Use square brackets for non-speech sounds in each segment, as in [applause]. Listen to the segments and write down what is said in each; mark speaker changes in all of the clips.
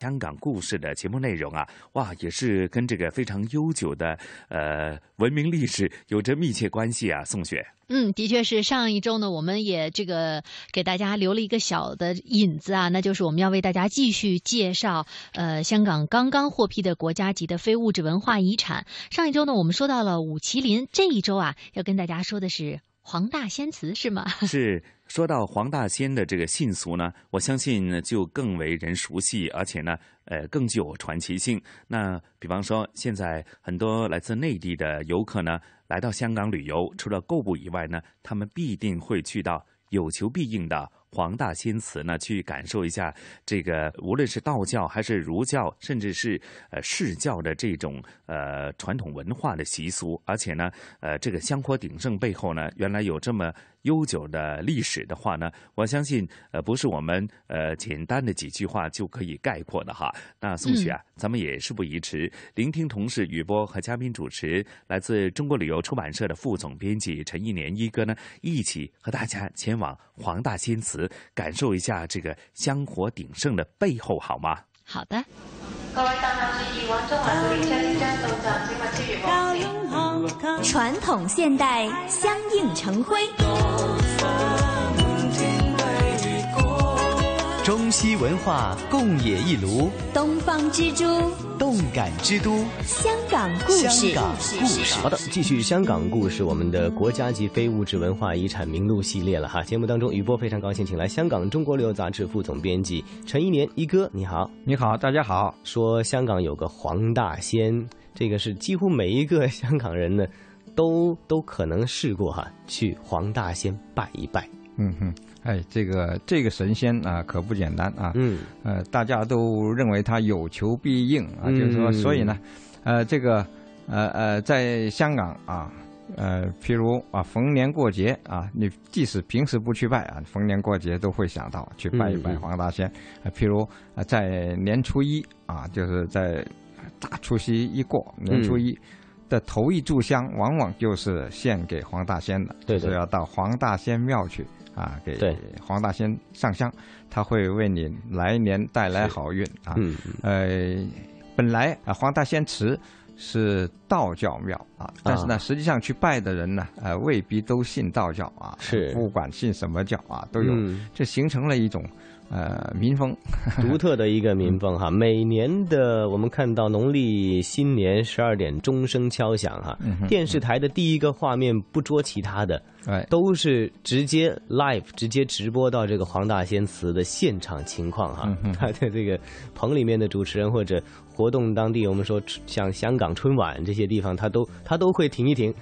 Speaker 1: 香港故事的节目内容啊，哇，也是跟这个非常悠久的呃文明历史有着密切关系啊，宋雪。
Speaker 2: 嗯，的确是。上一周呢，我们也这个给大家留了一个小的引子啊，那就是我们要为大家继续介绍呃香港刚刚获批的国家级的非物质文化遗产。上一周呢，我们说到了武麒麟，这一周啊，要跟大家说的是黄大仙祠，是吗？ [laughs]
Speaker 1: 是说到黄大仙的这个信俗呢，我相信呢就更为人熟悉，而且呢，呃，更具有传奇性。那比方说，现在很多来自内地的游客呢，来到香港旅游，除了购物以外呢，他们必定会去到有求必应的黄大仙祠呢，去感受一下这个无论是道教还是儒教，甚至是呃释教的这种呃传统文化的习俗。而且呢，呃，这个香火鼎盛背后呢，原来有这么悠久的历史的话呢，我相信呃不是我们呃简单的几句话就可以概括的哈。那宋雪啊，咱们也事不宜迟，聆听同事雨波和嘉宾主持，来自中国旅游出版社的副总编辑陈一年一哥呢，一起和大家前往黄大仙祠，感受一下这个香火鼎盛的背后，好吗？
Speaker 2: 好的，
Speaker 3: 各位乘客注意，往中环古列车即将到站，请勿超越黄线。
Speaker 4: 传统现代相映成辉，
Speaker 5: 中西文化共冶一炉，
Speaker 4: 东方之珠，
Speaker 5: 动感之都，
Speaker 4: 香港故
Speaker 5: 香
Speaker 4: 事。
Speaker 5: 港故事。
Speaker 6: 好的，继续香港故事，我们的国家级非物质文化遗产名录系列了哈。节目当中，余波非常高兴，请来香港《中国旅游杂志》副总编辑陈一年一哥，你好。
Speaker 7: 你好，大家好。
Speaker 6: 说香港有个黄大仙，这个是几乎每一个香港人呢，都都可能试过哈，去黄大仙拜一拜。
Speaker 7: 嗯哼，哎，这个这个神仙啊，可不简单啊。
Speaker 6: 嗯，
Speaker 7: 呃，大家都认为他有求必应啊，就是说，
Speaker 6: 嗯
Speaker 7: 所以呢，呃，这个呃呃，在香港啊，呃，譬如啊，逢年过节啊，你即使平时不去拜啊，逢年过节都会想到去拜一拜
Speaker 6: 嗯嗯
Speaker 7: 黄大仙。啊譬如啊，在年初一啊，就是在大除夕一过，年初一。
Speaker 6: 嗯
Speaker 7: 的头一炷香往往就是献给黄大仙的，
Speaker 6: 对
Speaker 7: 就是
Speaker 6: 对
Speaker 7: 要到黄大仙庙去啊，给
Speaker 6: 对
Speaker 7: 黄大仙上香，他会为你来年带来好运啊。
Speaker 6: 嗯，
Speaker 7: 呃，本来啊，黄大仙祠是道教庙啊，但是呢，
Speaker 6: 啊
Speaker 7: 实际上去拜的人呢，呃，未必都信道教啊，
Speaker 6: 是
Speaker 7: 不管信什么教啊，都有，
Speaker 6: 嗯
Speaker 7: 这形成了一种呃民风。 [laughs]
Speaker 6: 独特的一个民风
Speaker 7: 嗯
Speaker 6: 哈。每年的我们看到农历新年十二点钟声敲响哈，
Speaker 7: 嗯哼
Speaker 6: 电视台的第一个画面不捉其他的，
Speaker 7: 哎，
Speaker 6: 都是直接 live 直接直播到这个黄大仙祠的现场情况哈
Speaker 7: 嗯哼，
Speaker 6: 他的这个棚里面的主持人或者活动当地，我们说春像香港春晚这些地方，他都他都会停一停，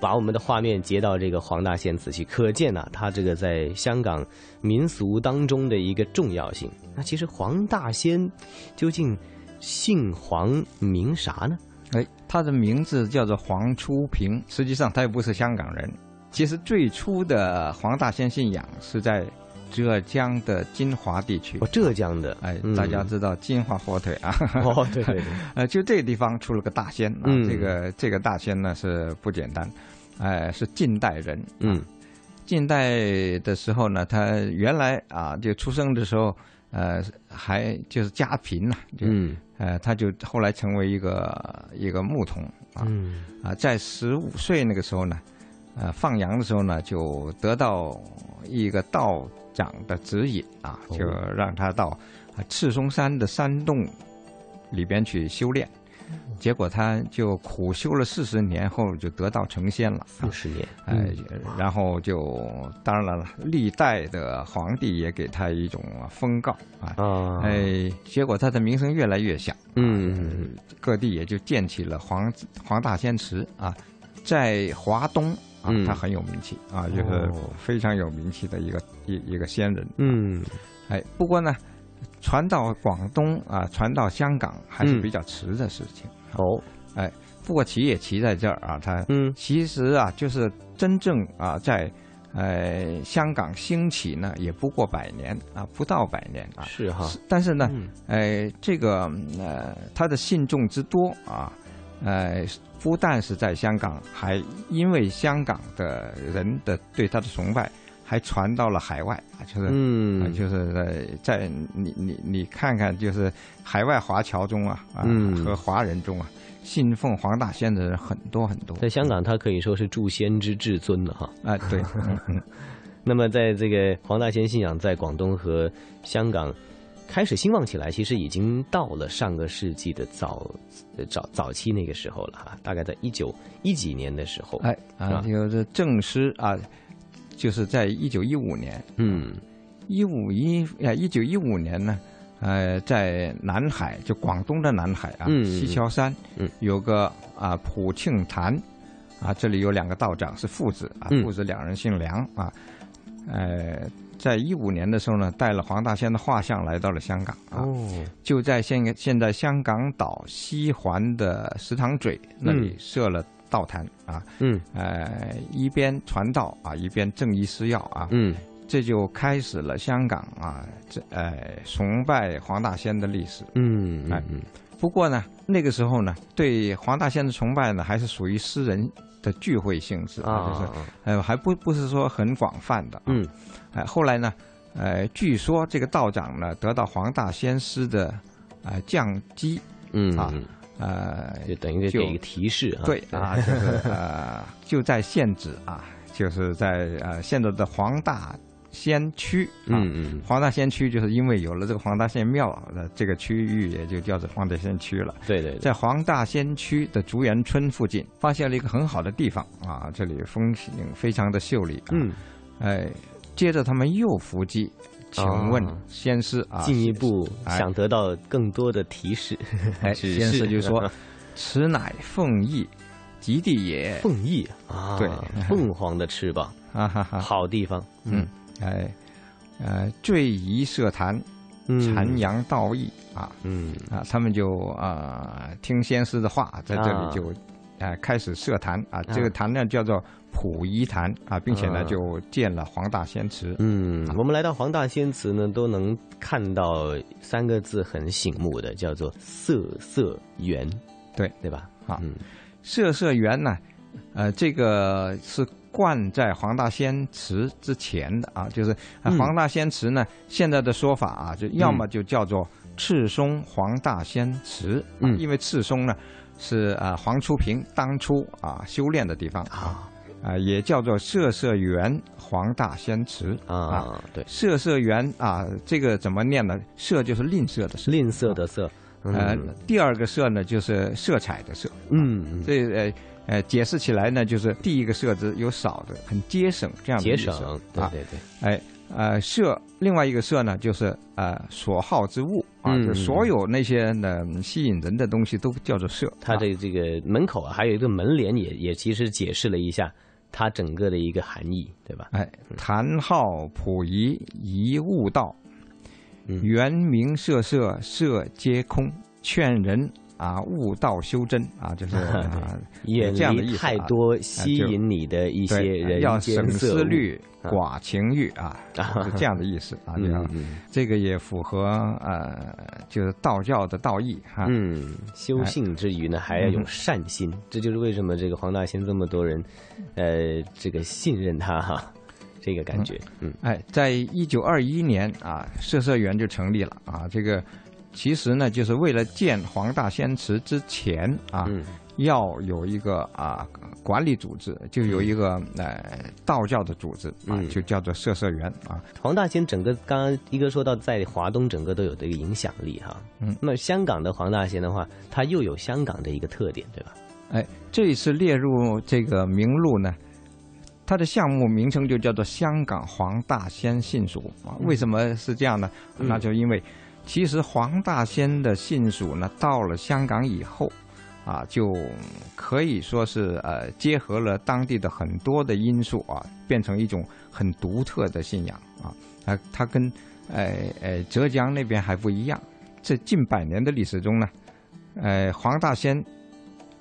Speaker 6: 把我们的画面截到这个黄大仙祠去，可见呐、它这个在香港民俗当中的一个重要性。那其实黄大仙究竟姓黄名啥呢？
Speaker 7: 哎，他的名字叫做黄初平，实际上他又不是香港人。其实最初的黄大仙信仰是在浙江的金华地区
Speaker 6: 哦，。浙江的，
Speaker 7: 哎
Speaker 6: 嗯，
Speaker 7: 大家知道金华火腿 [laughs] 啊，
Speaker 6: 哦，对对对，
Speaker 7: 呃，就这个地方出了个大仙啊，
Speaker 6: 嗯
Speaker 7: 这个这个大仙呢是不简单，哎、是近代人。
Speaker 6: 嗯
Speaker 7: 近代的时候呢，他原来啊，就出生的时候，呃，还就是家贫呐、就、
Speaker 6: 嗯
Speaker 7: 呃，他就后来成为一个一个牧童啊，
Speaker 6: 嗯，
Speaker 7: 啊，在十五岁那个时候呢，呃，放羊的时候呢，就得到一个道长的指引啊，
Speaker 6: 哦
Speaker 7: 就让他到啊赤松山的山洞里边去修炼。
Speaker 6: 哦
Speaker 7: 结果他就苦修了四十年后，就得道成仙了。啊
Speaker 6: 四十嗯年，
Speaker 7: 哎，然后就当然了，历代的皇帝也给他一种封诰啊，
Speaker 6: 啊，
Speaker 7: 哎，结果他的名声越来越响，
Speaker 6: 嗯嗯嗯
Speaker 7: 各地也就建起了黄黄大仙祠啊，在华东啊
Speaker 6: 嗯，
Speaker 7: 他很有名气啊，就是
Speaker 6: 哦
Speaker 7: 非常有名气的一个一一个仙人。
Speaker 6: 嗯，
Speaker 7: 哎，不过呢，传到广东啊，传到香港还是比较迟的事情。
Speaker 6: 嗯
Speaker 7: 啊哎
Speaker 6: 哦，
Speaker 7: 不过奇也奇在这儿啊，他
Speaker 6: 嗯
Speaker 7: 其实啊，就是真正啊，在呃香港兴起呢，也不过百年啊，不到百年啊。
Speaker 6: 是哈，
Speaker 7: 但是呢，
Speaker 6: 嗯
Speaker 7: 哎呃，这个嗯呃，他的信众之多啊，呃，不但是在香港，还因为香港的人的对他的崇拜，还传到了海外啊，就是。啊
Speaker 6: 嗯，
Speaker 7: 就是在在你你你看看，就是海外华侨中啊啊、
Speaker 6: 嗯
Speaker 7: 和华人中啊，信奉黄大仙的人很多很多。
Speaker 6: 在香港，他可以说是助先知至尊了哈。
Speaker 7: 啊，
Speaker 6: [laughs]
Speaker 7: 对，嗯嗯
Speaker 6: 那么，在这个黄大仙信仰在广东和香港开始兴旺起来，其实已经到了上个世纪的早呃早早期那个时候了哈，大概在一九一几年的时候。
Speaker 7: 哎
Speaker 6: 是
Speaker 7: 啊，
Speaker 6: 吧
Speaker 7: 就是正师啊，就是在一九一五年，
Speaker 6: 嗯
Speaker 7: 一五一啊，一九一五年呢，呃，在南海，就广东的南海啊，
Speaker 6: 嗯嗯嗯
Speaker 7: 西樵山，
Speaker 6: 嗯
Speaker 7: 有个啊普庆坛，啊，这里有两个道长是父子啊，
Speaker 6: 嗯
Speaker 7: 父子两人姓梁啊，呃，在一五年的时候呢，带了黄大仙的画像来到了香港啊，
Speaker 6: 哦
Speaker 7: 就在现在现在香港岛西环的石塘嘴那里设了道坛啊，
Speaker 6: 嗯
Speaker 7: 呃，一边传道啊，一边正医施药啊，
Speaker 6: 嗯
Speaker 7: 这就开始了香港啊，这呃崇拜黄大仙的历史。
Speaker 6: 嗯
Speaker 7: 哎
Speaker 6: 嗯嗯
Speaker 7: 不过呢，那个时候呢，对黄大仙的崇拜呢，还是属于私人的聚会性质就是
Speaker 6: 啊
Speaker 7: 呃还不不是说很广泛的。
Speaker 6: 嗯，
Speaker 7: 哎、后来呢，呃，据说这个道长呢得到黄大仙师的呃降级，
Speaker 6: 嗯
Speaker 7: 啊
Speaker 6: 嗯
Speaker 7: 呃，
Speaker 6: 就等于
Speaker 7: 就
Speaker 6: 给一个提示啊。
Speaker 7: 对啊，就是
Speaker 6: [laughs]
Speaker 7: 呃就在限制啊，就是在呃现在的黄大仙区啊。
Speaker 6: 嗯嗯，
Speaker 7: 黄大仙区就是因为有了这个黄大仙庙的这个区域，也就叫做黄大仙区了。
Speaker 6: 对对对，
Speaker 7: 在黄大仙区的竹园村附近，发现了一个很好的地方啊，这里风景非常的秀丽、啊。，
Speaker 6: 嗯，
Speaker 7: 哎，接着他们又伏击，请问
Speaker 6: 哦
Speaker 7: 仙师啊，
Speaker 6: 进一步
Speaker 7: 哎
Speaker 6: 想得到更多的提示， [laughs]
Speaker 7: 哎，
Speaker 6: 指
Speaker 7: 仙
Speaker 6: 示
Speaker 7: 师就说：“此乃凤翼，极地也。
Speaker 6: 凤翼啊，
Speaker 7: 对
Speaker 6: 凤凰的翅膀，”
Speaker 7: 啊哈哈，
Speaker 6: 好地方，
Speaker 7: 嗯，哎，呃，醉仪社坛，
Speaker 6: 嗯
Speaker 7: 禅，阳道义啊。
Speaker 6: 嗯
Speaker 7: 啊，他们就啊、听先师的话，在这里就啊、开始设坛啊，这个坛呢叫做溥仪坛啊，并且
Speaker 6: 啊
Speaker 7: 呢就建了黄大仙祠。
Speaker 6: 嗯，我们来到黄大仙祠呢，都能看到三个字很醒目的，叫做“色色缘”，
Speaker 7: 对
Speaker 6: 对吧？
Speaker 7: 啊
Speaker 6: 嗯
Speaker 7: 社社园呢，呃，这个是冠在黄大仙祠之前的啊，就是、啊
Speaker 6: 嗯
Speaker 7: 黄大仙祠呢，现在的说法啊，就要
Speaker 6: 嗯
Speaker 7: 么就叫做赤松黄大仙祠，啊
Speaker 6: 嗯
Speaker 7: 因为赤松呢是啊黄初平当初啊修炼的地方啊。
Speaker 6: 啊
Speaker 7: 啊，也叫做社社园黄大仙祠啊。
Speaker 6: 啊，对，
Speaker 7: 社社园啊，这个怎么念呢？社就是吝啬的社，
Speaker 6: 吝啬的色，嗯
Speaker 7: 呃，第二个社呢就是色彩的色。啊
Speaker 6: 嗯，
Speaker 7: 这呃呃，解释起来呢，就是第一个社字有少的，很节省这样的
Speaker 6: 节
Speaker 7: 意思
Speaker 6: 省，对
Speaker 7: 啊。
Speaker 6: 对对，
Speaker 7: 哎，呃，社另外一个社呢，就是呃所好之物啊，
Speaker 6: 嗯
Speaker 7: 就所有那些呢吸引人的东西都叫做社。
Speaker 6: 它
Speaker 7: 啊
Speaker 6: 的这个门口啊，还有一个门帘也，也其实解释了一下它整个的一个含义，对吧？
Speaker 7: 哎，谭浩溥仪遗悟道，
Speaker 6: 嗯
Speaker 7: 圆明社社社皆空，劝人啊悟道修真啊，
Speaker 6: [laughs]
Speaker 7: 就是、啊、有
Speaker 6: 远
Speaker 7: 这样的意
Speaker 6: 离
Speaker 7: 思、啊、
Speaker 6: 太多吸
Speaker 7: 就
Speaker 6: 引你的一些
Speaker 7: 对，啊
Speaker 6: 人
Speaker 7: 要
Speaker 6: 间
Speaker 7: 省
Speaker 6: 色
Speaker 7: 思
Speaker 6: 物，
Speaker 7: 虑、
Speaker 6: 啊
Speaker 7: 寡情欲
Speaker 6: [laughs]
Speaker 7: 啊，是这样的意思啊。这
Speaker 6: 嗯
Speaker 7: 样，
Speaker 6: 嗯
Speaker 7: 这个也符合呃，就是道教的道义哈。
Speaker 6: 嗯，
Speaker 7: 哎
Speaker 6: 修性之余呢，还要
Speaker 7: 嗯
Speaker 6: 有善心，这就是为什么这个黄大仙这么多人，呃，这个信任他哈，这个感觉，嗯
Speaker 7: 哎，在一九二一年啊，社社园就成立了啊。这个其实呢，就是为了建黄大仙祠之前啊，
Speaker 6: 嗯
Speaker 7: 要有一个啊管理组织，就有一个呃道教的组织啊
Speaker 6: 嗯，
Speaker 7: 就叫做社社园啊。
Speaker 6: 黄大仙整个刚刚一哥说到，在华东整个都有这个影响力哈，
Speaker 7: 嗯
Speaker 6: 那么香港的黄大仙的话，它又有香港的一个特点，对吧？
Speaker 7: 哎，这一次列入这个名录呢，它的项目名称就叫做“香港黄大仙信属”啊。为什么是这样呢？
Speaker 6: 嗯
Speaker 7: 那就因为其实黄大仙的信属呢，到了香港以后。啊，就可以说是呃，结合了当地的很多的因素啊，变成一种很独特的信仰啊。它它跟呃呃浙江那边还不一样。这近百年的历史中呢，呃，黄大仙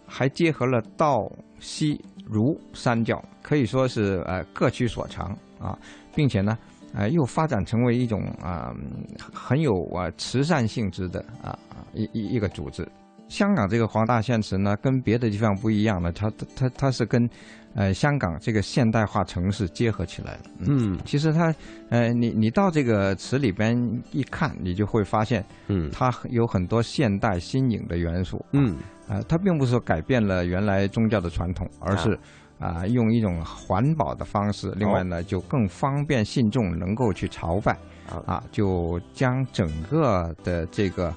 Speaker 7: 还结合了道、西、儒三教，可以说是呃各取所长啊，并且呢，呃又发展成为一种啊、嗯很有啊、呃慈善性质的啊啊一一一个组织。香港这个黄大仙祠呢，跟别的地方不一样了，它它它它是跟，呃，香港这个现代化城市结合起来了。
Speaker 6: 嗯
Speaker 7: 其实它，呃，你你到这个池里边一看，你就会发现
Speaker 6: 嗯
Speaker 7: 它有很多现代新颖的元素。，
Speaker 6: 嗯
Speaker 7: 啊、它并不是说改变了原来宗教的传统，而是啊、用一种环保的方式，另外
Speaker 6: 哦
Speaker 7: 呢，就更方便信众能够去朝拜，
Speaker 6: 好
Speaker 7: 啊，就将整个的这个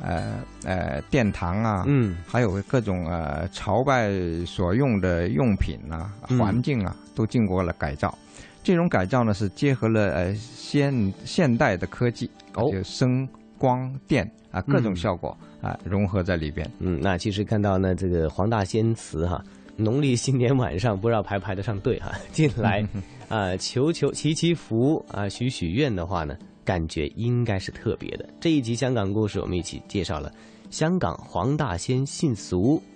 Speaker 7: 呃呃殿堂啊，
Speaker 6: 嗯
Speaker 7: 还有各种呃朝拜所用的用品啊、
Speaker 6: 嗯
Speaker 7: 环境啊，都经过了改造。这种改造呢，是结合了呃现现代的科技，
Speaker 6: 哦
Speaker 7: 就声光电啊各
Speaker 6: 嗯
Speaker 7: 种效果啊、融合在里边。
Speaker 6: 嗯，那其实看到呢，这个黄大仙祠哈，农历新年晚上不知道排不排得上队哈， [laughs] 进来啊、求求祈祈福啊、许许愿的话呢，感觉应该是特别的。这一集香港故事我们一起介绍了香港黄大仙信俗。